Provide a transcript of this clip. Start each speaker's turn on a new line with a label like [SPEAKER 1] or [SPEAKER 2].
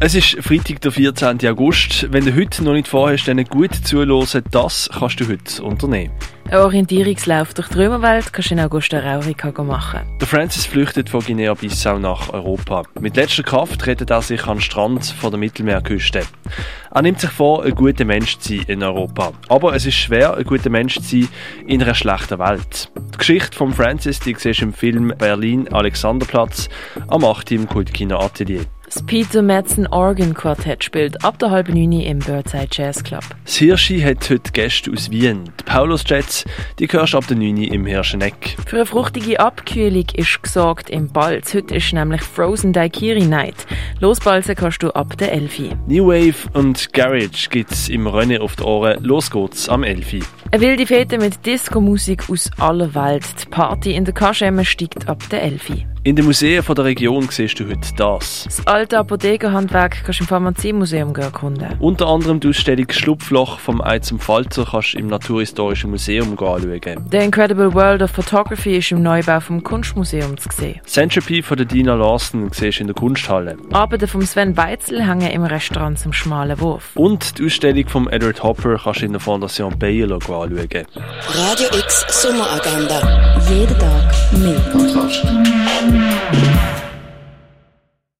[SPEAKER 1] Es ist Freitag, der 14. August. Wenn du heute noch nicht vorhast, dann gut zuhören, das kannst du heute unternehmen.
[SPEAKER 2] Ein Orientierungslauf durch die Römerwelt kannst du in Augusta Raurica machen.
[SPEAKER 1] Der Francis flüchtet von Guinea-Bissau nach Europa. Mit letzter Kraft rettet er sich an den Strand von der Mittelmeerküste. Er nimmt sich vor, ein guter Mensch zu sein in Europa. Aber es ist schwer, ein guter Mensch zu sein in einer schlechten Welt. Die Geschichte von Francis die siehst du im Film Berlin Alexanderplatz am 8. im Kultkino Atelier.
[SPEAKER 2] Das Peter Madsen Organ Quartett spielt ab der halben Juni im Birdside Jazz Club.
[SPEAKER 1] Das Hirschi hat heute Gäste aus Wien. Die Paulus Jets, die hörst du ab der 9 Uhr im Hirscheneck.
[SPEAKER 2] Für eine fruchtige Abkühlung ist gesorgt im Balz. Heute ist nämlich Frozen Daiquiri Night. Losbalzen kannst du ab der 11 Uhr.
[SPEAKER 1] New Wave und Garage gibt's im Rennen auf die Ohren. Los geht's am 11 Uhr.
[SPEAKER 2] Eine wilde Fete mit Disco-Musik aus aller Welt. Die Party in der Kaschemme steigt ab der 11 Uhr.
[SPEAKER 1] In den Museen von der Region siehst du heute das.
[SPEAKER 2] Das alte Apothekerhandwerk kannst du im Pharmaziemuseum erkunden.
[SPEAKER 1] Unter anderem die Ausstellung Schlupfloch vom Ei zum Falzer kannst du im Naturhistorischen Museum anschauen.
[SPEAKER 2] The Incredible World of Photography ist im Neubau vom Kunstmuseum zu sehen.
[SPEAKER 1] Centropy von der Dina Larsen siehst du in der Kunsthalle.
[SPEAKER 2] Arbeiten von Sven Weitzel hängen im Restaurant zum Schmalen Wurf.
[SPEAKER 1] Und die Ausstellung von Edward Hopper kannst du in der Fondation Bayer anschauen.
[SPEAKER 3] Radio X Sommeragenda. Jeden Tag mehr.
[SPEAKER 4] Kontrast.